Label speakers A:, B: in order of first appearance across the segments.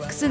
A: 楠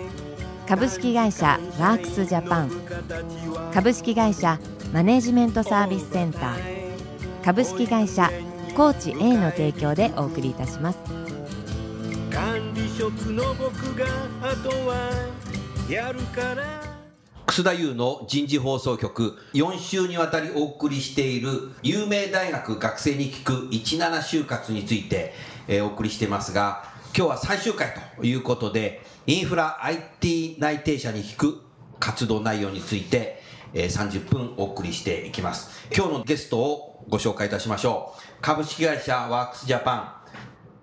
A: 株式会社ワークスジャパン株式会社マネジメントサービスセンター株式会社コーチ A の提供でお送りいたします
B: 管理職の僕があとはやるから
C: 楠田優の人事放送局4週にわたりお送りしている有名大学学生に聞く17就活について、えーお送りしてますが今日は最終回ということでインフラ IT 内定者に聞く活動内容について、えー30分お送りしていきます今日のゲストをご紹介いたしましょう株式会社ワークスジャパン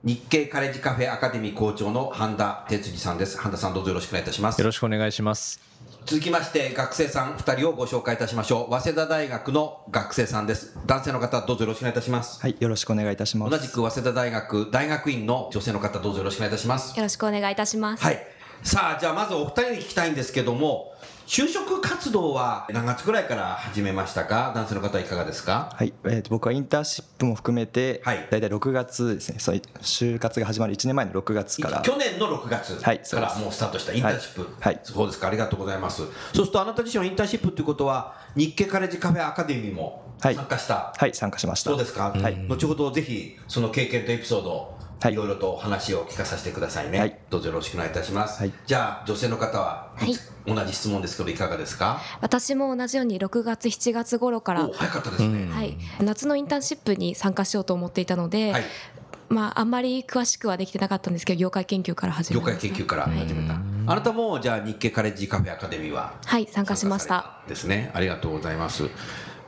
C: 日経カレッジカフェアカデミー校長の半田哲司さんです半田さんどうぞよろしくお願いいたします
D: よろしくお願いします。
C: 続きまして学生さん2人をご紹介いたしましょう早稲田大学の学生さんです男性の方どうぞよろしくお願いいたします
E: はい、よろしくお願いいたします。
C: 同じく早稲田大学大学院の女性の方どうぞよろしくお願いいたします
F: よろしくお願いいたします。
C: はいさあじゃあまずお二人に聞きたいんですけども就職活動は何月ぐらいから始めましたか男性の方はいかがですか
E: はい、えーと僕はインターンシップも含めて、
C: はい
E: 大体6月ですね、そういう就活が始まる1年前の6月から、
C: 去年の6月
E: はい
C: か
E: そうで
C: ら
E: す
C: もうスタートしたインターンシップ、
E: はいはい
C: そうですかありがとうございますそうするとあなた自身はインターンシップということは日経カレッジカフェアカデミーも参
E: はい
C: 加した、
E: はい、参加しました。
C: そうですか、
E: はい
C: 後ほどぜひその経験とエピソードを
E: はい
C: いろいろとお話を聞かさせてくださいね、
E: はい
C: どうぞよろしくお願いいたします、
E: はい
C: じゃあ女性の方は、
F: はい
C: 同じ質問ですけどいかがですか
F: 私も同じように6月7月頃から、
C: お早かったですね、
F: はい、夏のインターンシップに参加しようと思っていたので、
C: はい
F: まああんまり詳しくはできてなかったんですけど業界研究から始め
C: 業
F: ました
C: 界研究から始めた、あなたもじゃあ日経カレッジカフェアカデミーは
F: はい参加しまし
C: 参加
F: た
C: されんですねありがとうございます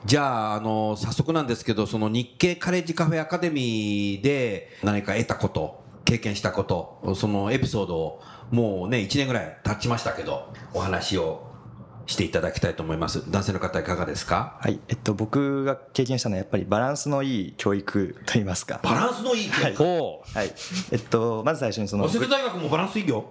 C: じゃああの早速なんですけどその日経カレッジカフェアカデミーで何か得たこと経験したことそのエピソードをもうね1年ぐらい経ちましたけどお話をしていただきたいと思います男性の方いかがですか
E: はい、えっと、僕が経験したのはやっぱりバランスのいい教育といいますか。
C: バランスのいい教育
D: ほう。
E: はい、えっと、まず最初にそ
C: 早
E: の、
C: 稲田大学もバランスいいよ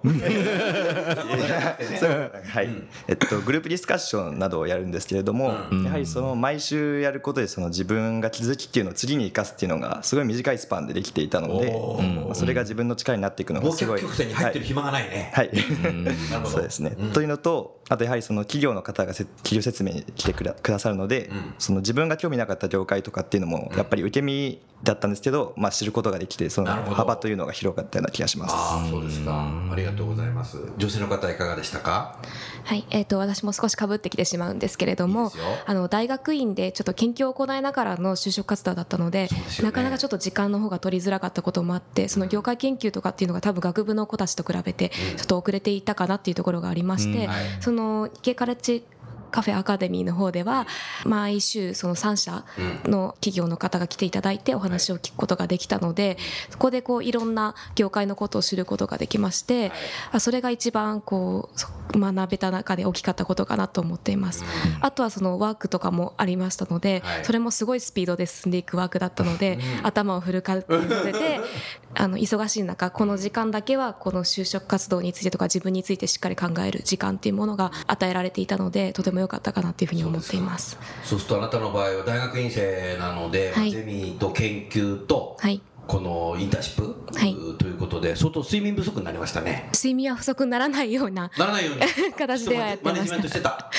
E: はい、えっと、グループディスカッションなどをやるんですけれども、やはりその毎週やることで、その自分が気づきっていうのを次に生かすっていうのが、すごい短いスパンでできていたので、
C: お
E: まあそれが自分の力になっていくのが
C: 忘
E: すご
C: 却
E: い。
C: 曲線に入ってる
E: はい
C: 暇がないね、
E: はい、
C: なるほど
E: そうですね、
C: うん
E: というのとあとやはりその企業の方がせ企業説明に来てくだくださるので、
C: ん
E: その自分が興味なかった業界とかっていうのもやっぱり受け身だったんですけど、まあ、知ることができてその
C: なるほど
E: 幅というのが広がったような気がします。
C: ああそうですかありがとうございます女性の方いかがでしたか
F: はいえー、と私も少しかぶってきてしまうんですけれど
C: いい
F: も
C: ですよ
F: あの大学院でちょっと研究を行いながらの就職活動だったので
C: そうですよね
F: なかなかちょっと時間の方が取りづらかったこともあってその業界研究とかっていうのが多分学部の子たちと比べてちょっと遅れていたかなっていうところがありまして、
D: うん
C: はい
F: その日経カレッジカフェアカデミーの方では毎週その3社の企業の方が来ていただいてお話を聞くことができたのでそこでこういろんな業界のことを知ることができましてあそれが一番こうそ学べた中で大きかったことかなと思っていますあとはそのワークとかもありましたので
C: はい
F: それもすごいスピードで進んでいくワークだったので頭をフル回転させて あの忙しい中この時間だけはこの就職活動についてとか自分についてしっかり考える時間っていうものが与えられていたのでとても良かったかなというふうに思っています。
C: そうするとあなたの場合は大学院生なので、
F: はい
C: ゼミと研究と、
F: はい
C: このインターンシップ、
F: はい
C: ということで相当睡眠不足になりましたね。
F: 睡眠は不足にならないような
C: ならないように
F: 形ではやってました
C: マネジメントしてた。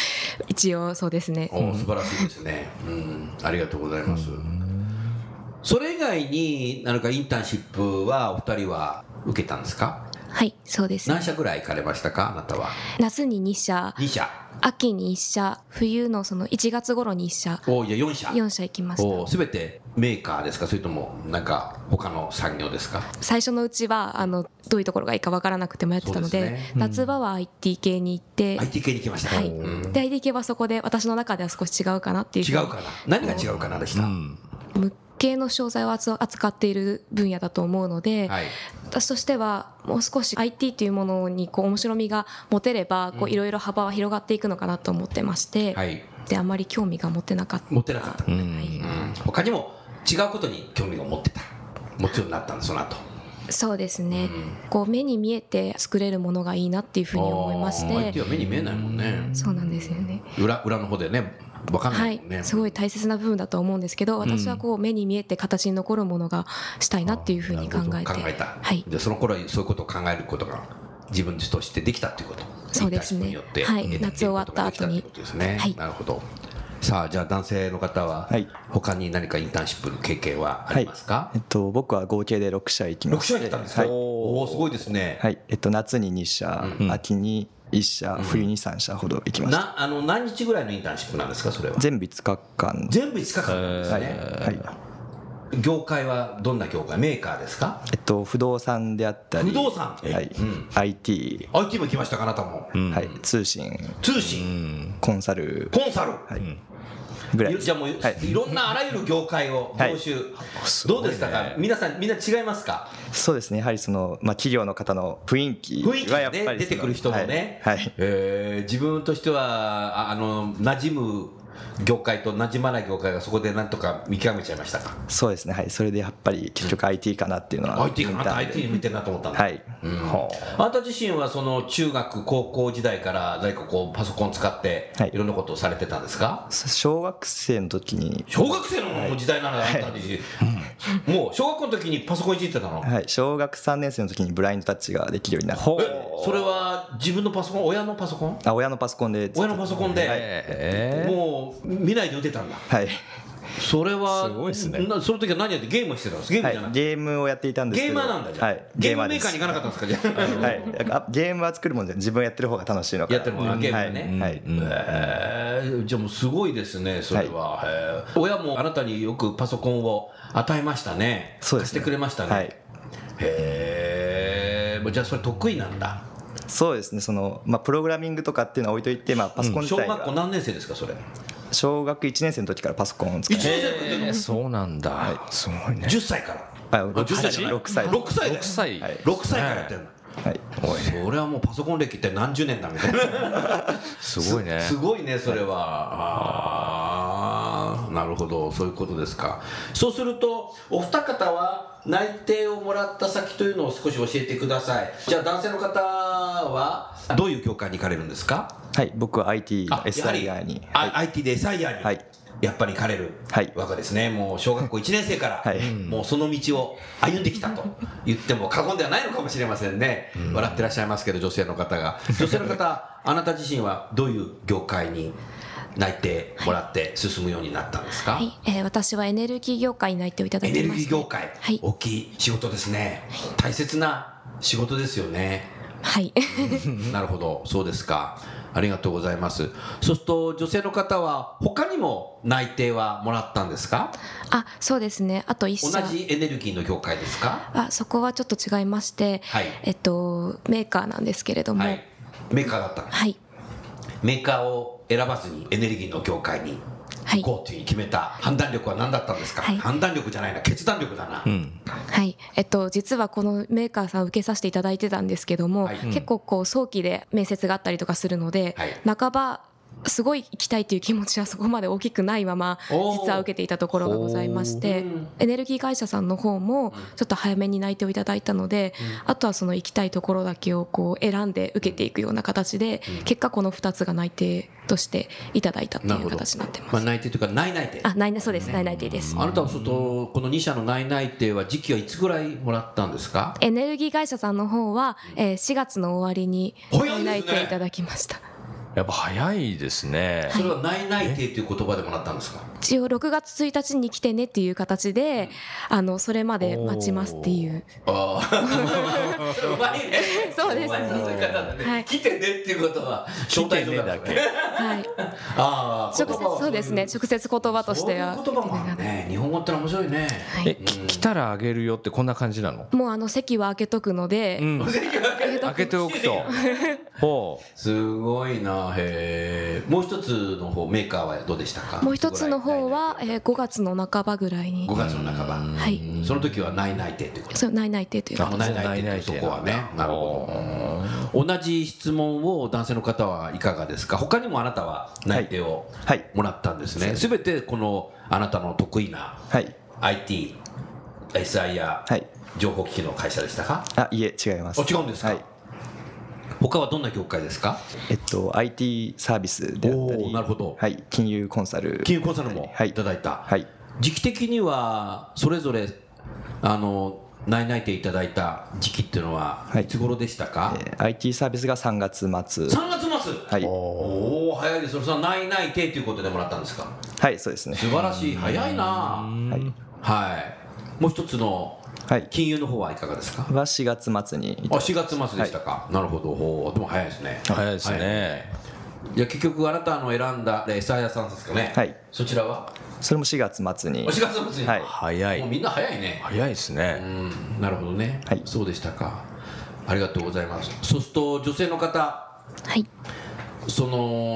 F: 一応そうです ね
C: おー素晴らしいですね。うん、ありがとうございます。それ以外に何かインターンシップはお二人は受けたんですか。
F: はいそうです
C: 何社ぐらい行かれましたかあなたは。
F: 夏に2社
C: 二社。
F: 秋に1社冬のその1月頃に1社
C: おいや四社。
F: 4社行きました
C: おすべてメーカーですかそれともなんか他の産業ですか。
F: 最初のうちはあのどういうところがいいか分からなくて迷ってたので
C: そうですね
F: 夏場は IT 系に行って、
C: IT 系に来ました。
F: はい
C: うん
F: で IT 系はそこで私の中では少し違うかなっていう
C: 違うかな何が違うかなでした、
D: うん。
F: 向系の商材を扱扱っている分野だと思うので、
C: はい
F: 私としてはもう少し IT というものにこう面白みが持てればこういろいろ幅は広がっていくのかなと思ってまして、
C: はい
F: であまり興味が持てなかった。
C: 持ってなかった、
E: う
F: はい
E: ん
C: 他にも違うことに興味を持ってた持つようになったんですその後
F: そうですね、
C: う
F: こう目に見えて作れるものがいいなっていうふうに思いまし
C: あー相手
F: て
C: は目に見えないもんね
F: そうなんですよね
C: 裏裏の方でね分かん
F: は
C: ない
F: い
C: もんね、
F: すごい大切な部分だと思うんですけど私はこう目に見えて形に残るものがしたいなっていうふうに考
C: な
F: え
C: る
F: て
C: ほど考えた、
F: はい
C: でその頃はそういうことを考えることが自分としてできたっていうこと
F: そうです
C: 言
F: ね
C: いたい人によって
F: はい
C: 得たっていうことができたってことですね、
F: はい
C: なるほどさあじゃあ男性の方は
E: はい
C: 他に何かインターンシップの経験はありますか、
E: えっと、僕は合計で6社行き
C: 六
E: ま
C: 6
E: し
C: 社
E: て
C: 行ったんですか、
E: はい
C: おおすごいですね、
E: はいえっと、夏に2社、
C: うん
E: 秋に1社、冬に3社ほど行きました
C: なあの何日ぐらいのインターンシップなんですかそれは
E: 全部5日間
C: 全部5日間なんです
E: はい、
C: ね、
E: はい
C: 業界はどんな業界メーカーですか
E: えっと、不動産であったり
C: 不動産
E: はい
C: うん
E: IT、
C: IT も来ましたかあなたも、
E: はい、通信
C: 通信、
E: コンサル
C: コンサル、
E: ぐらい
C: い、じゃあもう、い
E: はい、
C: ろんなあらゆる業界を
E: はい
C: 業種、どうでしたか皆さんみんな違いますか
E: そうですねやはりその、まあ、企業の方の雰囲気
C: 雰囲気
E: はやっぱりそ
C: ね
E: の
C: 出てくる人もね、
E: はい、はい
C: えー自分としてはああの馴染む業界と馴染まない業界がそこでなんとか見極めちゃいましたか
E: そうですねはいそれでやっぱり結局 IT かなっていうのは
C: IT かな
E: 見たんで
C: IT に向いてるなと思ったんだ、
E: はい、
C: うんあなた自身はその中学高校時代から何かこうパソコン使って
E: はい
C: いろんなことをされてたんですか、
E: 小学生の時に、
C: 小学生の時代ならあったり、もう小学校の時にパソコンいじってたの、
E: はい、小学3年生の時にブラインドタッチができるようになって
C: えそれは自分のパソコン親のパソコン
E: あ親のパソコンでずっと
C: 親のパソコンで、もう見ないで打てたんだ
E: はい、
C: それは
D: すごいっすね
C: なその時は何やってゲームしてたんですゲームじゃ
E: は、
C: ないくて、
E: ゲームをやっていたんです
C: ゲ
E: け
C: ー
E: ど
C: マーなんだじゃあ、
E: はい、
C: ゲームメーカーに行
E: ゲ
C: かなかったんですかじゃあ、
E: ーマーですはい、あゲームは作るもんじゃない自分やってる方が楽しいのかな
C: やってるもんなゲームはね
E: はい、はい
C: えーじゃあもうすごいですねそれは、えー親もあなたによくパソコンを与えましたね
E: そうで
C: 貸し
E: すね
C: てくれましたね、
E: はい
C: へえじゃあそれ得意なんだ
E: そうですねその、まあ、プログラミングとかっていうのは置いといて、まあ、パソコン自
C: 小
E: 体が、
C: 学校何年生ですかそれ
E: 小学1年生の時からパソコンを使
C: 1
E: っ
C: 年生
E: て
C: の時
D: えーそうなんだ、すごいね
C: 10歳から
E: あ
C: あ10
E: 6
C: 歳
E: 歳
C: じゃない
E: 6歳
C: 6歳だよ
D: 6歳、
E: はい
C: 6歳からやってるの
E: はい、
C: それはもうパソコン歴って何十年だみたいな
D: すごいね
C: すごいねそれは、ああなるほどそういうことですかそうするとお二方は内定をもらった先というのを少し教えてくださいじゃあ男性の方はどういう業界に行かれるんですか
E: はい、僕は IT の
C: あやはり
E: SIR に
C: あ IT で SIR に、
E: はい
C: やっぱり行かれる
E: はい
C: わけですね、もう小学校1年生から、
E: はい
C: もうその道を歩んできた と言っても過言ではないのかもしれませんね、笑ってらっしゃいますけど、女性の方が、女性の方、 あなた自身はどういう業界に内定もらって進むようになったんですか、
F: はいえー私はエネルギー業界に内定をいただ
C: エ
F: いて
C: ネル
F: ま
C: ギ
F: す
C: ー業界、
F: はい
C: 大きい仕事ですね、大切な仕事ですよね。
F: はい
C: なるほど、そうですか。ありがとうございます。そうすると女性の方は他にも内定はもらったんですか？
F: あそうですねあと一
C: 同
F: 社
C: じエネルギーの業界ですか？
F: あそこはちょっと違いまして、
C: はい
F: えっと、メーカーなんですけれども、
C: は
F: はいい、。
C: メーカーだった。
F: はい
C: メーカーを選ばずにエネルギーの業界に
F: はい
C: 行こうという決めた判断力は何だったんですか？
F: はい
C: 判断力じゃないな、決断力だな。
F: えっと、実はこのメーカーさんを受けさせていただいてたんですけども、
C: はい
F: 結構こう早期で面接があったりとかするので、
C: はい
F: 半ばすごい行きたいという気持ちはそこまで大きくないまま
C: おー
F: 実は受けていたところがございまして
C: うん
F: エネルギー会社さんの方もちょっと早めに内定をいただいたので、あとはその行きたいところだけをこう選んで受けていくような形で、結果この2つが内定としていただいたっていう形になってます。
C: まあ内定というか内内定。
F: あ、ないなそうです。ないないてです。
C: あなたはそうするとこの2社の内内定は時期はいつぐらいもらったんですか？
F: エネルギー会社さんの方は、えー、4月の終わりに
C: 早いですね
F: 内定いただきました。
D: やっぱ早いですね、
C: それは内内定という言葉でもらったんですか？
F: 一応6月1日に来てねっていう形で、あのそれまで待ちますっていう。
C: ああ、うまいね。
F: そうですね
C: うまい誘い方だね
F: はい
C: 来てねっていうことは招待状だ
D: 来
C: け
D: てね。
F: はい。
C: ああ、
F: 直接そうですね。直接言葉としては。
C: そういう言葉もあるね。日本語ってのは面白いね。
F: は
D: え
F: い。
D: き来たらあげるよってこんな感じなの
F: もうあの席は開けとくので、
D: うん
C: 席を開け
D: 開けておくとほ
C: すごいな。へえ。もう一つの方メーカーはどうでしたか
F: もう一つの方は、えー、5月の半ばぐらいに
C: 5月の半ば、
F: はい
C: その時は内内定ということ
F: そう内内定という
C: あ
F: か
C: 内内定そこはねなるほど同じ質問を男性の方はいかがですか他にもあなたは内定を
E: はい
C: もらったんですね、全てこのあなたの得意な
E: はい
C: IT、SI や
E: はい
C: 情報機器の会社でしたか、
E: あいえ違います
C: あ違うんですか、
E: はい
C: 他はどんな業界ですか
E: えっと IT サービスであった
C: おー
E: り
C: なるほど
E: はい金融コンサル
C: 金融コンサルも
E: はい
C: いただいた、
E: はい
C: 時期的にはそれぞれあの内々ていただいた時期っていうのは
E: はい
C: いつ頃でしたか、
E: えー IT サービスが3月末
C: 3月末、
E: はい
C: おお早いですそれさ内々定ということでもらったんですか
E: はいそうですね
C: 素晴らしい早いな
E: はい
C: はいもう一つの
E: はい
C: 金融の方はいかがですか
E: は4月末にい
C: あ
E: た
C: 4月末でしたか、なるほどおーでも早いですね
D: 早いですね。
C: いや結局あなたの選んだエサイヤさんですかね
E: はい
C: そちらは
E: それも4月末
C: 4
E: に
C: 月末に、
E: はい
D: 早
C: もう
D: い。
C: みんな早いね
D: 早いです
C: う
D: ね。
C: んなるほどね、
E: はい
C: そうでしたかありがとうございますそうすると女性の方
F: はい
C: そ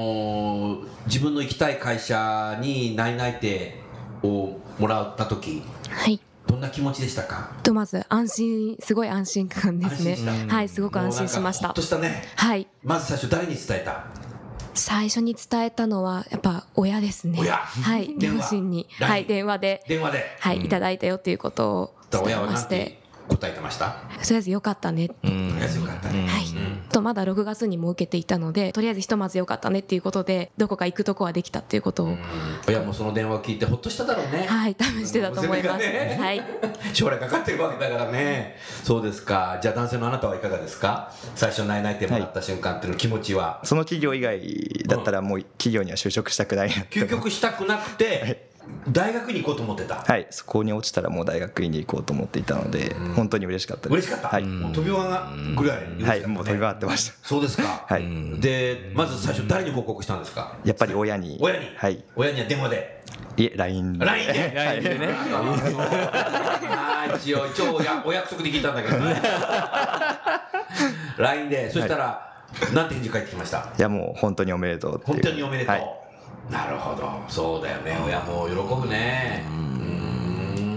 C: の自分の行きたい会社に内々定をもらった時
F: はい
C: どんな気持ちでしたか
F: とまず安心すごい安心感ですね
C: 安心し
F: はいすごく安心しまし
C: も
F: た
C: うなんかほっとしたね
F: はい
C: まず最初誰に伝えた
F: 最初に伝えたのはやっぱ親ですね
C: 親
F: は い
C: 電話
F: 両親に
C: LINE
F: はい電話で
C: 電話で
F: はいいただいたよっていうこと
C: だ
F: を
C: から親
F: 伝え
C: は
F: まし
C: 何
F: て
C: て答えてました
F: とりあえず良かったね
D: うん
C: とりあえずよかったね
F: はいとまだ6月にも受けていたのでとりあえずひとまず良かったねっていうことでどこか行くとこはできたっていうことを、
C: うん親もその電話を聞いてほっとしただろうね
F: はい多分してたと思います、
C: 娘がね
F: はい
C: 将来かかってるわけだからねそうですかじゃあ男性のあなたはいかがですか最初内々定もらった瞬間っていうの気持ちは
E: その企業以外だったらもう企業には就職したくないなって
C: 究
E: 思う
C: 極したくなくて大学に行こうと思ってた
E: はいそこに落ちたらもう大学院に行こうと思っていたので本当に嬉しかったで
C: 嬉し
E: す
C: かった、
E: はい
C: もう飛び終わるぐらい嬉しか
E: は
C: ったね、
E: いもう飛び回ってました
C: そうですか、
E: はい
C: でまず最初誰に報告したんですか
E: やっぱり親に
C: 親に、
E: はい
C: 親には電話で
E: いえ LINE で
C: LINE で
D: LINE でね
C: あー一応一応おやお約束で聞いたんだけど ね LINE でそしたら、なんて返事返ってきました
E: いやもう本当におめでとうっていう
C: 本当におめでとう、
E: はい
C: なるほどそうだよね親も喜ぶねうー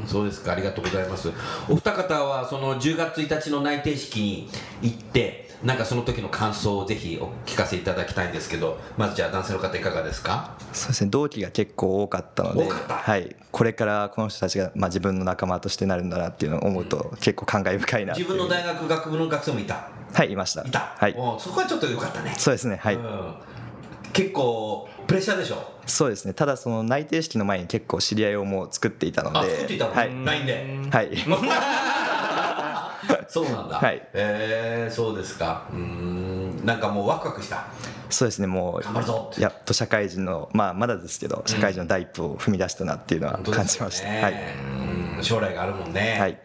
C: んそうですかありがとうございますお二方はその10月1日の内定式に行ってなんかその時の感想をぜひお聞かせいただきたいんですけどまずじゃあ男性の方いかがですか
E: そうですね同期が結構多かったので
C: 多かった
E: はい、これからこの人たちが、まあ、自分の仲間としてなるんだなっていうのを思うと結構感慨深いなってい
C: 自
E: う
C: 分の大学学部の学生もいた
E: はいいました
C: いた、
E: はい、
C: おそこはちょっと良かったね
E: そうですねはい、
C: うん結構プレッシャーでしょ
E: そうですねただその内定式の前に結構知り合いをもう作っていたので
C: あ作っていたの、
E: はい
C: LINE で
E: はい、
C: そうなんだ。
E: はい
C: ええそうですか。うーん、なんかもうワクワクした。
E: そうですねも
C: 頑張るぞ
E: うやっと社会人のまあまだですけど社会人の第一歩を踏み出したなっていうのは感じまし
C: 本当です
E: た、はい、
C: よねうん将来があるもんね。
E: はい、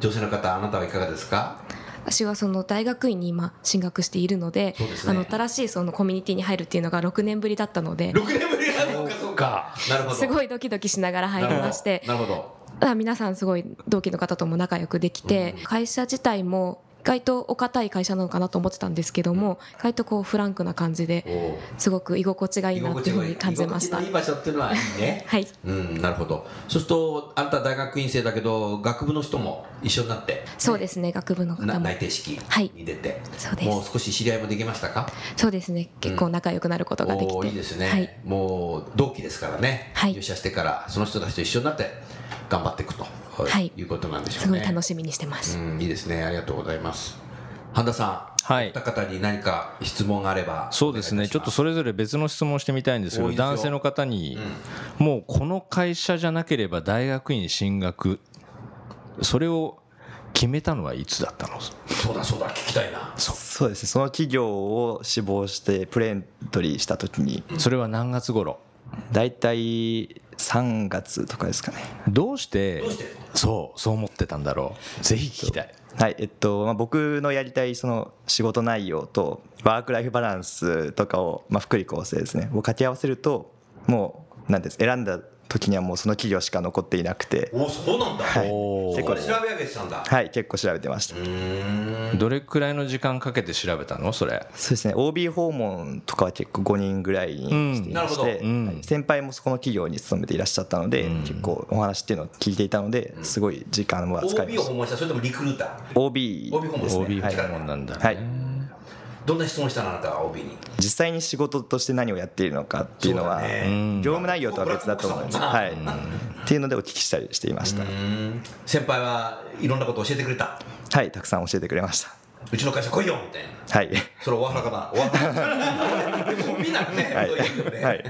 C: 女性の方、あなたはいかがですか。
F: 私はその大学院に今進学しているので
C: そうですね
F: あの新しいそのコミュニティに入るっていうのが6年ぶりだったので
C: 六年ぶりなのか、そうか。なるほど。
F: す
C: い
F: ごいドキドキしながら入りまして
C: なるほど。
F: ただ皆さんすごい同期の方とも仲良くできて、会社自体も意外とお堅い会社なのかなと思ってたんですけども、意外とこうフランクな感じ
C: お
F: で
C: お
F: すごく居心地がいいなっていうふうに感じました
C: 居心地のいい場所っていうのはいいね。
F: はい
C: うん、なるほど。そうすると、あなた大学院生だけど、学部の人も一緒になって。
F: そうですね学部の
C: な
F: 方も
C: 内定式
F: はい
C: に出て、
F: そうです
C: もう少し知り合いもできましたか
F: そうですね結構仲良くなることができて、
C: おーいいですね、
F: はい
C: もう同期ですからね、
F: はい
C: 入社してからその人たちと一緒になって頑張っていくと、
F: はい
C: いうことなんでしょ
F: す
C: う
F: ご
C: ね
F: い楽しみにしてます、
C: うんいいですねありがとうございます半田さん、
D: はい
C: お二方に何か質問があれば
D: そうですね。ちょっとそれぞれ別の質問してみたいんですけ
C: お
D: ど、
C: いいですよ
D: 男性の方に、もうこの会社じゃなければ大学院進学、それを決めたのはいつだったの？
C: そうだそうだ聞きたいな
E: そうですねその企業を志望してプレエントリーした時に
D: それは何月頃？
E: 大体3月とかですかね
D: どうして
C: どうして
D: そうそう思ってたんだろう。ぜひ聞きたい。
E: はいえっとまあ、僕のやりたいその仕事内容とワーク・ライフ・バランスとかを、まあ、福利厚生ですねを掛け合わせるともうなんです選んだ時にはもうその企業しか残っていなくて、
C: おそうなんだ、
E: はい
D: おー
C: そこで調べ上げてたんだ、
E: はい、結構調べてました
C: う。ーん
D: どれくらいの時間かけて調べたのそれ
E: そうですね OB 訪問とかは結構5人ぐらいにしていまして、
D: うん
E: はい先輩もそこの企業に勤めていらっしゃったので、
D: うん
E: 結構お話っていうのを聞いていたのですごい時間は使い
C: OB
E: ま
C: を
E: し
C: 訪問したそれともリクルーター
E: た OB
C: 訪問
E: ですね
D: OB
E: は
D: 訪
E: い、
D: 問なんだね、
E: はい
C: どんな質問したのあなたは OB に
E: 実際に仕事として何をやっているのかっていうのは
C: そうだね
D: うん
E: 業務内容とは別だと思うんです、
C: うん
E: はい、っていうのでお聞きしたりしていました、
C: うん先輩はいろんなこと教えてくれた
E: はいたくさん教えてくれました
C: うちの会社来いよみたいな
E: はい
C: それおわらかなおわらかもうみんなね、
E: はい
C: そう言うよね、
E: はい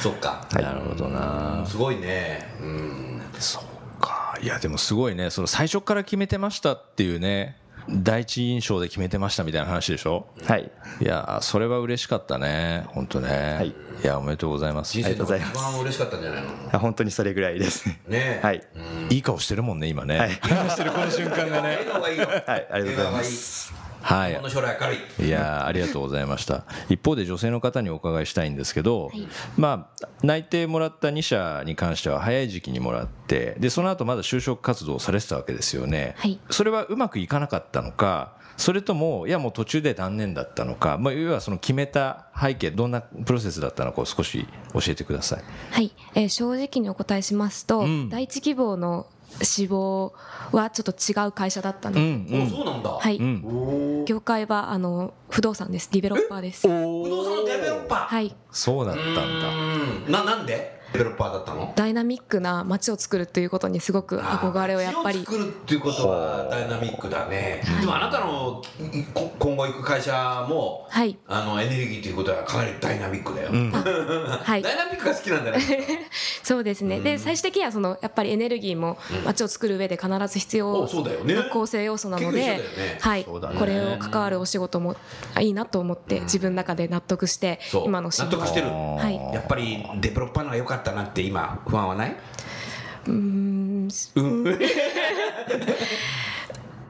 C: そっか
E: はい
D: なるほどな
C: すごいねうん
D: そうかいやでもすごいねその最初から決めてましたっていうね第一印象で決めてましたみたいな話でしょ
E: はい
D: いやそれは嬉しかったね本当ね、
E: はい
D: い、やおめでとうございます
C: 人生
E: りがと
C: で
E: う
C: も
E: ございます
C: 一番嬉しかったんじゃないのね
E: あ本当にそれぐらいですね
C: え
E: はい
D: いい顔してるもんね今ね
E: はい
C: 瞬間がね笑顔がいいよはい
E: ありがとうございます
D: は
C: 日
D: い
C: 本の将来明るい
D: いやーありがとうございました一方で女性の方にお伺いしたいんですけど、
F: い
D: まあ内定もらった2社に関しては早い時期にもらってでその後まだ就職活動をされてたわけですよね、
F: はい
D: それはうまくいかなかったのかそれともいやもう途中で断念だったのか、まあ、要はその決めた背景どんなプロセスだったのかを少し教えてください
F: はい、えー正直にお答えしますと、
D: うん
F: 第一希望の志望はちょっと違う会社だったので、
D: うんう
C: お
D: ん
C: そうなんだ
F: はい、
D: うん
F: 業界はあの不動産ですディベロッパーです
C: 不動産のデベロッパー
F: はい
D: そうだったんだ
C: うんななんでデベロッパーだったの
F: ダイナミックな街を作るということにすごく憧れをやっぱ
C: あー
F: り
C: 街を作るっていうことはダイナミックだねでもあなたのいこ今後行く会社も
F: はい
C: あのエネルギーということはかなりダイナミックだよ、
F: はい
C: ダイナミックが好きなんだね
F: そうですねで最終的にはそのやっぱりエネルギーも街を作る上で必ず必
C: お
F: 要
C: そうだよね
F: な構成要素なの
C: 結構一緒
F: で
C: だよね
F: はい
D: そうだね
F: これを関わるお仕事もあいいなと思って自分の中で納得して
C: そう
F: 今の仕事
C: 納得してる
F: はい
C: やっぱりデベロッパーの方が良かったなって今不安はないう
F: ーん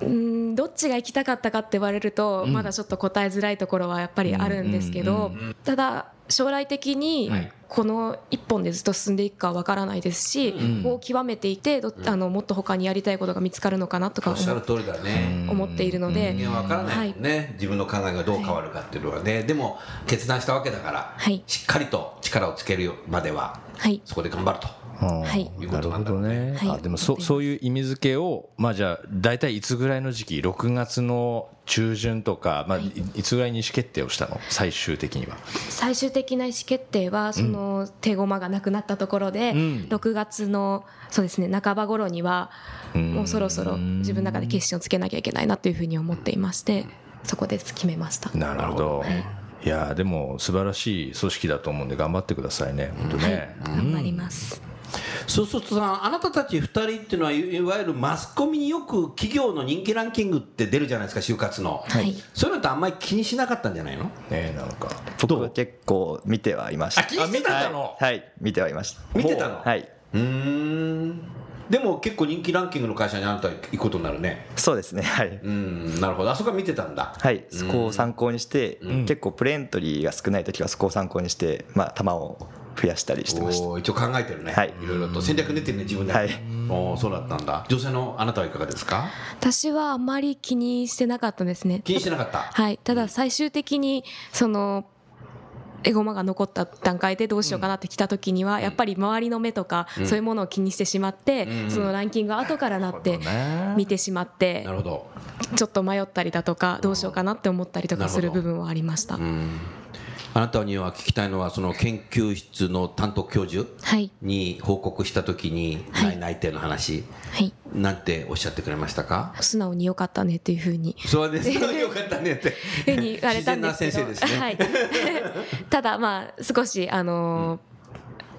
F: うーんどっちが行きたかったかって言われると、まだちょっと答えづらいところはやっぱりあるんですけど、ただ将来的に
C: はい
F: この一本でずっと進んでいくかわからないですし、
D: ん
F: こう極めていてどあのもっと他にやりたいことが見つかるのかなとか
C: おっ
F: 思
C: しゃる通りだね
F: 思っているので、
C: 人間は分からないもんね、自分の考えがどう変わるかっていうのはねでも決断したわけだから、
F: はい
C: しっかりと力をつけるまでは
F: はい
C: そこで頑張ると
F: はい
D: うんなるほどね、
F: はい
D: あでもそそういう意味付けを、まあ、じゃあ大体いつぐらいの時期6月の中旬とか、まあ、いいつぐらいに意思決定をしたの最終的には
F: 最終的な意思決定はその手駒がなくなったところで、
D: うん
F: 6月のそうですね半ば頃にはもうそろそろ自分の中で決心をつけなきゃいけないなというふうに思っていましてそこで決めました。
D: なるほど、い、やーでも素晴らしい組織だと思うんで頑張ってくださいね本当ね、
F: 頑張ります。
C: そうするとさあなたたち2人っていうのはいいわゆるマスコミによく企業の人気ランキングって出るじゃないですか就活の、
F: はい
C: そういうのってあんまり気にしなかったんじゃないの
D: ねなんか
E: 僕は結構見てはいました
C: あ気にしてたの
E: はいはい、見てはいました
C: 見てたの
E: はい
C: うんでも結構人気ランキングの会社にあなた行くことになるね
E: そうですねはい
C: うんなるほどあそこは見てたんだ
E: はい、そこを参考にして、結構プレエントリーが少ない時はそこを参考にして、まあ、球を増やしたりしてました
C: おー一応考えてるね、
E: はい
C: いろいろと戦略練ってるね自分で、
E: はい
C: おーそうだったんだ女性のあなたはいかがですか
F: 私はあまり気にしてなかったですね。
C: 気にしてなかった
F: はい、ただ最終的にそのエゴマが残った段階でどうしようかなって来た時にはやっぱり周りの目とかそういうものを気にしてしまって
C: うん
F: そのランキングは後からなって
D: ね
F: 見てしまって
C: なるほど
F: ちょっと迷ったりだとかどうしようかなって思ったりとかする部分はありました。
C: うんあなたには聞きたいのはその研究室の担当教授
F: はい、
C: に報告した時に
F: はい
C: 内内定の話、
F: はい、
C: なんておっしゃってくれましたか
F: 素直に良かったねっていうふ うに
C: そうですよかったねって
F: ふうに言われたんですけ
C: 自然な先
F: ど
C: 生ですね、
F: はい、 ただまあ少しあのー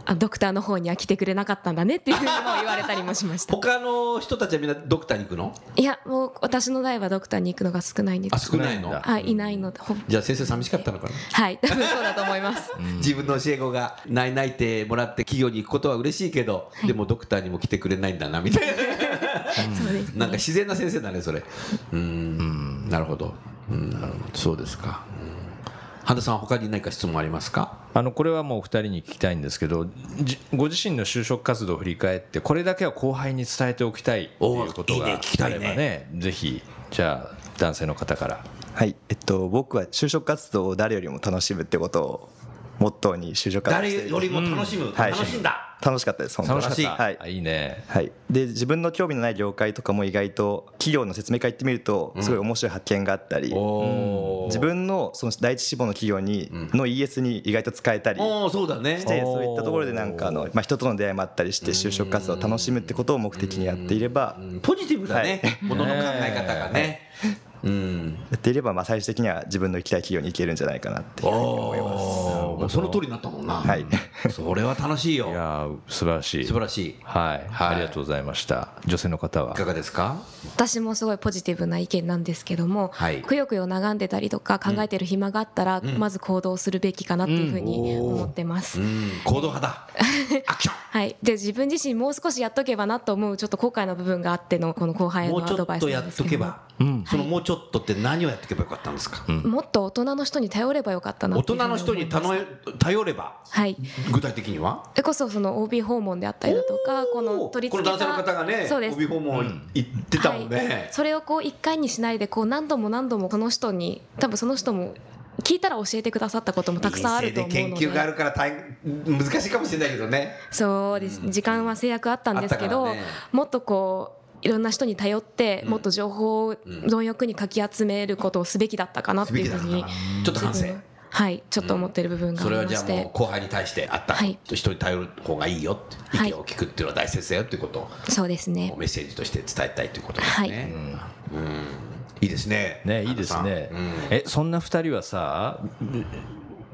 F: あドクターの方には来てくれなかったんだねっていうふうにも言われたりもしまし た
C: 他の人たちはみんなドクターに行くの
F: いやもう私の代はドクターに行くのが少ないんで
C: あ
F: す
C: 少ないの
F: はいいないのでほん
C: じゃあ先生寂しかったのかな
F: はい多分そうだと思います
C: 自分の教え子がないないってもらって企業に行くことは嬉しいけど、でもドクターにも来てくれないんだなみたい な
F: そうです
C: なんか自然な先生だねそれうーんなるほどうんそうですかうん半田さん他に何か質問ありますか
D: あのこれはもうお二人に聞きたいんですけどじご自身の就職活動を振り返ってこれだけは後輩に伝えておきたいっていうことが
C: おーいいね聞きた
D: あ
C: いね
D: ればねぜひじゃあ男性の方から
E: はい、えっと、僕は就職活動を誰よりも楽しむってことをモットーに就職活動
C: 誰
E: している
C: よりも楽しむ、
E: はい
C: 楽しんだ
E: 楽しかったです本当
D: 楽
E: に
D: しかった、
E: はい
D: あいいね
E: はい、で自分の興味のない業界とかも意外と企業の説明会行ってみるとすごい面白い発見があったり、
C: おー
E: 自分のその第一志望の企業にの ES に意外と使えたり
C: おーそうだね
E: してそういったところでなんかあの、まあ、人との出会いもあったりして就職活動を楽しむってことを目的にやっていれば
C: うんポジティブだね、ものの考え方がね、うん
E: やっていればまあ最終的には自分の行きたい企業に行けるんじゃないかなっていうふうに思います。
C: おーもうその通りになったもんな、
E: はい
C: それは楽しい
D: い
C: よ
D: やー素晴らしい
C: 素晴らしい
D: はい、
C: はい
D: ありがとうございました女性の方はい
C: かがですか
F: 私もすごいポジティブな意見なんですけども、
C: はい
F: くよくよ眺んでたりとか考えてる暇があったら、まず行動するべきかなっていうふうに思ってます。
C: うん行動派 だアクション
F: はい、で自分自身もう少しやっとけばなと思うちょっと後悔の部分があってのこの後輩へ
C: も
F: の
C: う
F: ア
C: ちょ
F: ドバ
C: っ
F: イス
C: と
F: な
C: や
F: んで
C: っ
F: す
C: と
F: け
C: け
F: ども
C: ば、そのもうちょっとって何をやっとけばよかったんですか、
F: もっと大人の人に頼ればよかったな
C: 大
F: って
C: 人
F: いうふ
C: の人
F: う思い
C: に
F: ま
C: 頼
F: す
C: れ頼れば
F: はい
C: 具体的には
F: それこそその OB 訪問であったりだとかこの取り
C: こ
F: 付
C: の
F: けた
C: 男性の方がね
F: そうです
C: 帯訪問行ってたもん
F: はい
C: ね、、
F: それをこう一回にしないでこう何度も何度もその人に多分その人も聞いたら教えてくださったこともたくさんあると思うので
C: 人生で研究があるから大変難しいかもしれないけどね
F: そうです、時間は制約あったんですけど、
C: あったからね
F: もっとこういろんな人に頼って、もっと情報を貪欲にかき集めることをすべきだったかなって
C: すべ
F: い
C: き
F: う
C: だった
F: ふう
C: か
F: に
C: なちょっと反省
F: 自分ははいちょっと思ってる部分があ
C: それは
F: りま
C: じゃあ
F: して、
C: もう後輩に対してあった
F: はい
C: 人に頼る方がいいよって
F: はい
C: 意見を聞くっていうのは大切だよっていうことを
F: そうですね
C: メッセージとして伝えたいということですね、
F: はい
C: うんいいですね
D: ねいいですね、
C: うん
D: えそんな二人はさ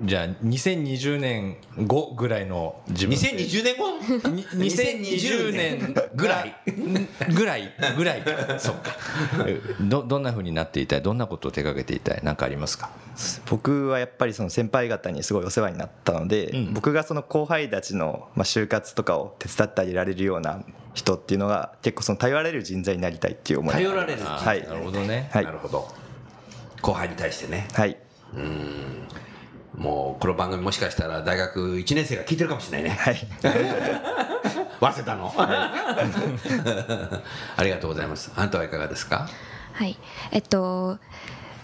D: じゃあ2020年後ぐらいの自分
C: 2020年後
D: に2020年
C: ぐらい
D: ぐらいぐらいかそっかどどんなふうになっていたいどんなことを手掛けていたい何かありますか
E: 僕はやっぱりその先輩方にすごいお世話になったので、
D: うん
E: 僕がその後輩たちのまあ就活とかを手伝ってあげられるような人っていうのが結構その頼られる人材になりたいっていう思いがありま
C: 頼られ
E: す
C: る人
D: あ
C: 材
D: ー
E: はい
D: なるほどね、
E: はい
C: なるほど後輩に対してね
E: はい
C: うんもうこの番組もしかしたら大学1年生が聞いてるかもしれないね
E: はい
C: 早稲田の ありがとうございますあなたはいかがですか
F: はい、えっと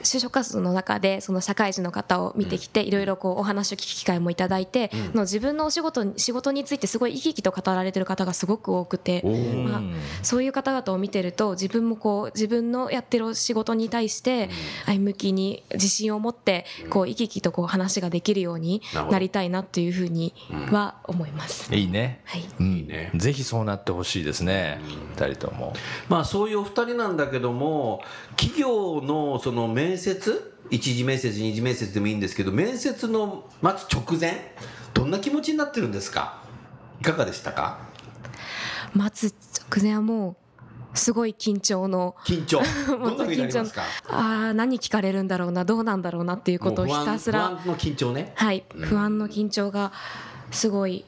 F: 就職活動の中でその社会人の方を見てきていろいろこうお話を聞く機会もいただいて、の自分のお仕事に仕事についてすごい生き生きと語られてる方がすごく多くて、まあ、そういう方々を見てると自分もこう自分のやってる仕事に対して相向きに自信を持ってこう生き生きとこう話ができるように
C: なるほど
F: なりたいなっていうふうには思います。
D: いいね
F: はい
D: うん
C: いね
D: ぜひそうなってほしいですね、二人とも
C: まあそういうお二人なんだけども企業のその面接一次面接二次面接でもいいんですけど面接の待つ直前どんな気持ちになってるんですかいかがでしたか
F: 待つ直前はもうすごい緊張の
C: 緊 張どんなふうにな
F: 緊
C: り
F: 張
C: ま
F: の
C: すか
F: あー何聞かれるんだろうなどうなんだろうなっていうことをひ
C: もう不安
F: たす
C: 不
F: ら
C: 安の緊張ね
F: はい不安の緊張がすごい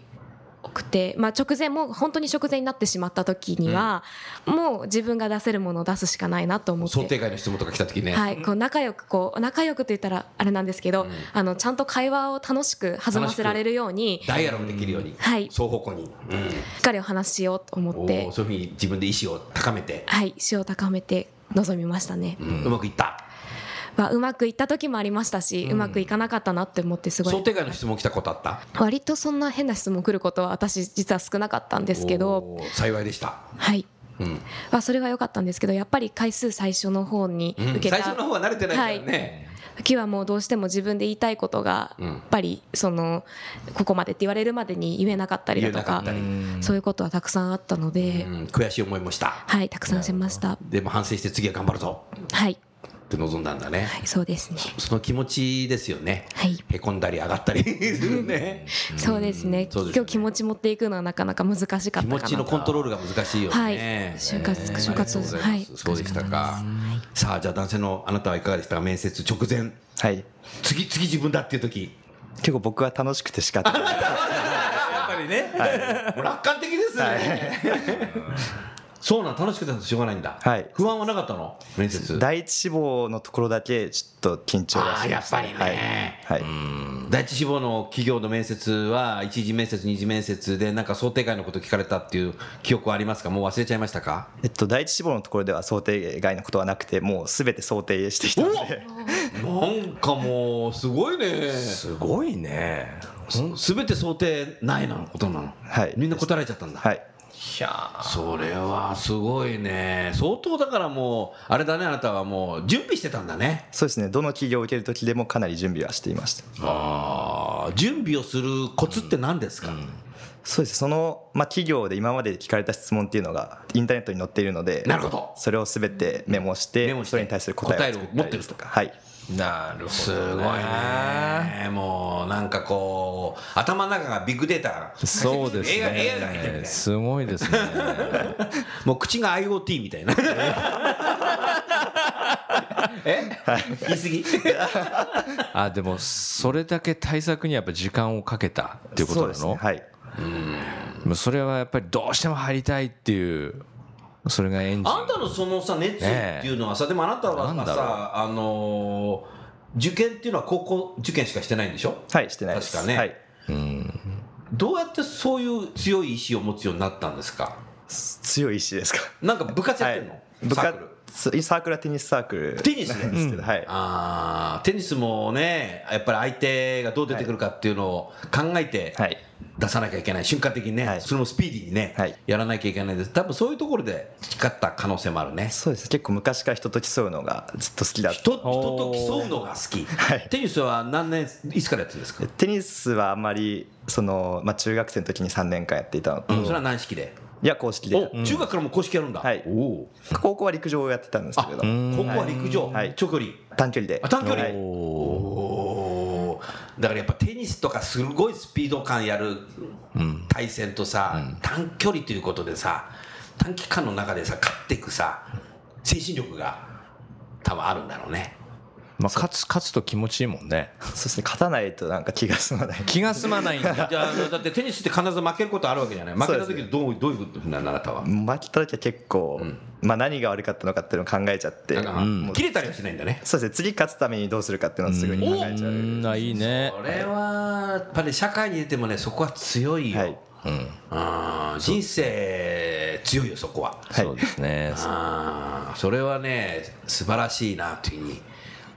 F: 多くて、まあ、直前もう本当に直前になってしまった時には、もう自分が出せるものを出すしかないなと思って
C: 想定外の質問とか来た時ね、
F: はい、こう仲良くこう仲良くと言ったらあれなんですけど、あのちゃんと会話を楽しく弾ませられるように
C: ダイアログできるように、
F: はい
C: 双方向に、
F: しっかりお話ししようと
C: うん
F: 思って
C: おー、そういうふうに自分で意思を高めて、
F: はい、士を高めて臨みましたね、
C: うんうまくいった
F: まあうまくいった時もありましたし、うまくいかなかったなって思ってすごい
C: 想定外の質問来たことあった
F: 割とそんな変な質問来ることは私実は少なかったんですけど、
C: おー幸いでした、
F: はい
C: うん
F: まあ、それは良かったんですけどやっぱり回数最初の方に
C: うん
F: 受けた、
C: 最初の方は慣れてないからね、
F: 時はもうどうしても自分で言いたいことが
C: うん
F: やっぱりそのここまでって言われるまでに言えなかったりだとか
C: 言えなか
F: そういうことはたくさんあったので、
C: うん悔しい思いもした
F: はいたくさんしました
C: でも反省して次は頑張るぞ
F: はい、
C: って望んだんだね、
F: はい、そうですね
C: その気持ちですよね、
F: はい
C: へこんだり上がったりするね
F: そうですね
C: そうですね
F: 今日気持ち持っていくのはなかなか難しかったか
C: 気
F: な
C: 持ちのコントロールが難しいよね、
F: はい
C: ね
F: 就活
C: ねあ
F: 就活
C: りがとうございます
F: はい
C: そうでしたかさあじゃあ男性のあなたはいかがでしたか面接直前
E: はい
C: 次次自分だっていう時
E: 結構僕は楽しくて仕方ない
C: やっぱりね、もう楽観的ですね、そうなん楽しくてしょうがないんだ、
E: はい
C: 不安はなかったの面接
E: 第一志望のところだけちょっと緊張は
C: ああ
E: し
C: や
E: ま
C: っ
E: した
C: ぱりね、
E: はい、はい
C: うん第一志望の企業の面接は一次面接二次面接でなんか想定外のこと聞かれたっていう記憶はありますかもう忘れちゃいましたか
E: えっと、第一志望のところでは想定外のことはなくてもう全て想定してきたので
C: なんかもうすごいね
D: すごいね
C: すべて想定内なのことなの、
E: はい
C: みんな答えられちゃったんだ、
E: はい
C: それはすごいね相当だからもうあれだねあなたはもう準備してたんだね
E: そうですねどの企業を受ける時でもかなり準備はしていました
C: ああ準備をするコツって何ですか、
E: そうですその、まあ、企業で今まで聞かれた質問っていうのがインターネットに載っているので
C: なるほど
E: それを全てメモし
C: メ
E: て
C: モして
E: それに対する答えを作ったりですとかはい
D: なるほど、ね、
C: すごいねもうなんかこう頭の中がビッグデータ
D: そうです
C: 映画映画が入ってるみたい
D: ね
C: な
D: すごい ですね
C: もう口が IoT みたい なえ、言い過ぎ
D: あでもそれだけ対策にやっぱ時間をかけたっていうことなの
E: そうですねはい
D: もうそれはやっぱりどうしても入りたいっていうそれがエンジン
C: あんたのそのさ熱意っていうのはさ、でもあなたは
D: なんだろう
C: さあのー受験っていうのは高校受験しかしてないんでしょ
E: はいしてないです
C: 確かね
E: はい、
C: どうやってそういう強い意志を持つようになったんですか
E: 強い意志ですか
C: なんか部活やってんの、
E: い、部
C: サークル
E: 活サークルはテニスサークル
C: テニスね
E: なんですけど、はい
C: あーテニスもねやっぱり相手がどう出てくるかっていうのを考えて
E: はい
C: 出さなきゃいけない瞬間的にね、
E: はい
C: それもスピーディーにね、
E: はい
C: やらなきゃいけないです多分そういうところで培った可能性もあるね
E: そうです結構昔から人と競うのがずっと好きだった
C: 人人と競うのが好き、
E: はい
C: テニスは何年いつからやってるんですか
E: テニスはあんまりその、まあ、中学生の時に3年間やっていたのと、
C: それ
E: い
C: は軟式で、
E: や公式で
C: お中学からも公式やるんだ、
E: はい
C: おお
E: 高校は陸上をやってたんです
C: あ
E: けれ
C: こ
E: ど
C: こは陸上、
E: はい
C: 長距離
E: 短距離で
C: あ短距離、
E: はい
C: おーだからやっぱテニスとかすごいスピード感やる対戦とさ、短距離ということでさ短期間の中でさ勝っていくさ精神力が多分あるんだろうね
D: まあ、勝つ勝つと気持ちいいもんね
E: そうですね勝たないとなんか気が済まない
D: 気が済まないんだ
C: じゃああのだってテニスって必ず負けることあるわけじゃない負けた
E: そう
C: 時
E: ですね
C: どうどういうふうになるのあなたは、
E: 負けた時は結構、まあ、何が悪かったのかっていうのを考えちゃって、
C: なんか
E: もう
C: 切れたりはしないんだね
E: そうですね次勝つためにどうするかっていうのをすぐに考えちゃう、
D: うんあいいね
C: これはやっぱり社会に出てもねそこは強いよ、
E: はい
C: あー人生強いよそこは
E: はい
D: そうですね
C: あーそれはね素晴らしいなというふうに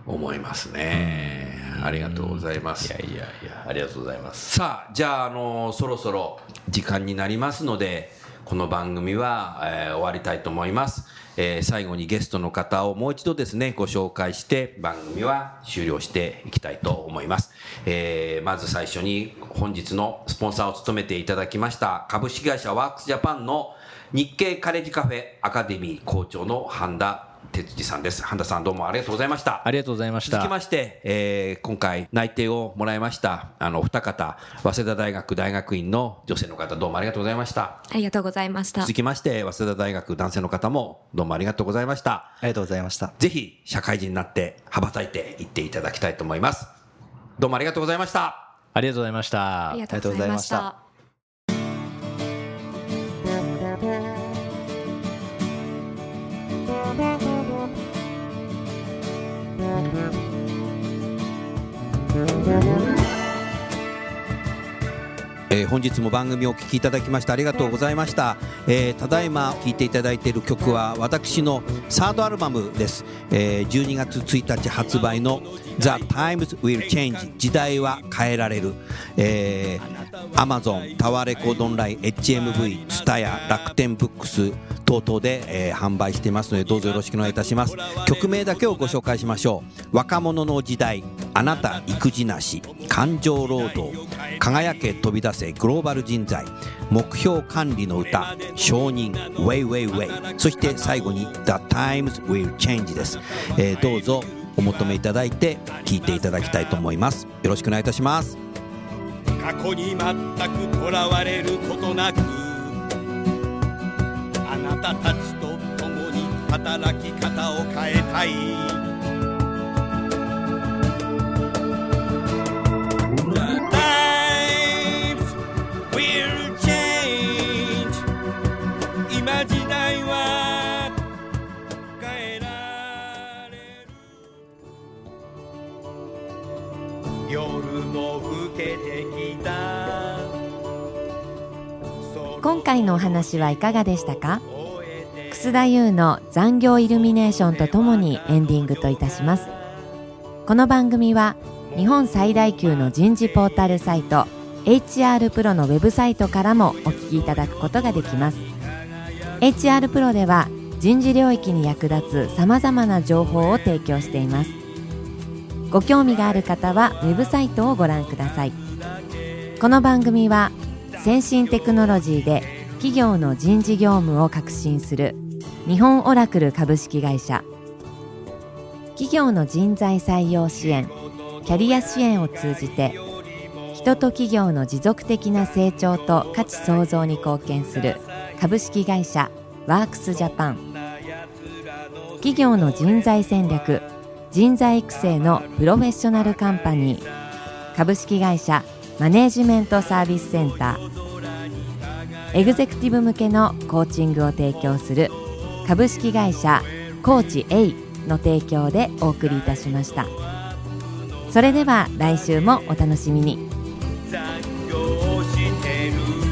C: 思いますねありがとうございます
D: いやいやいやありがとうございます
C: さあじゃあ、あのそろそろ時間になりますのでこの番組は、えー終わりたいと思います、えー最後にゲストの方をもう一度ですねご紹介して番組は終了していきたいと思います、えーまず最初に本日のスポンサーを務めていただきました株式会社ワークスジャパンの日経カレッジカフェアカデミー校長の半田哲司さんです半田さんどうもありがとうございました
D: ありがとうございました
C: 続きまして、えー今回内定をもらいましたあのお二方早稲田大学大学院の女性の方どうもありがとうございました
F: ありがとうございました
C: 続。きまして早稲田大学男性の方もどうもありがとうございました
E: ありがとうございました
C: ぜひ社会人になって羽ばたいていっていただきたいと思いますどうもありがとうございました
D: ありがとうございました
F: ありがとうございまし
E: ありがとうございました
F: た。
C: えー本日も番組をお聴きいただきましてありがとうございました、えーただいま聴いていただいている曲は私のサードアルバムです、えー12月1日発売の「THETIMESWILLCHANGE 時代は変えられる」えー Amazon タワーレコードオンライン HMV ツタヤ楽天ブックス等々で、えー販売していますのでどうぞよろしくお願いいたします曲名だけをご紹介しましょう若者の時代あなた育児なし感情労働輝け飛び出せグローバル人材目標管理の歌承認ウェイウェイウェイそして最後に The Times Will Change です、えーどうぞお求めいただいて聴いていただきたいと思いますよろしくお願いいたします
G: 過去に全くとらわれることなくあなたたちと共に働き方を変えたい「The times will change」「今時代は
A: 今回のお話はいかがでしたか楠田優の残業イルミネーションとともにエンディングといたしますこの番組は日本最大級の人事ポータルサイト HR プロのウェブサイトからもお聞きいただくことができます HR プロでは人事領域に役立つさまざまな情報を提供していますご興味がある方はウェブサイトをご覧くださいこの番組は先進テクノロジーで企業の人事業務を革新する日本オラクル株式会社企業の人材採用支援キャリア支援を通じて人と企業の持続的な成長と価値創造に貢献する株式会社ワークスジャパン企業の人材戦略人材育成のプロフェッショナルカンパニー株式会社マネージメントサービスセンターエグゼクティブ向けのコーチングを提供する株式会社コーチ A の提供でお送りいたしましたそれでは来週もお楽しみに
B: 残業してる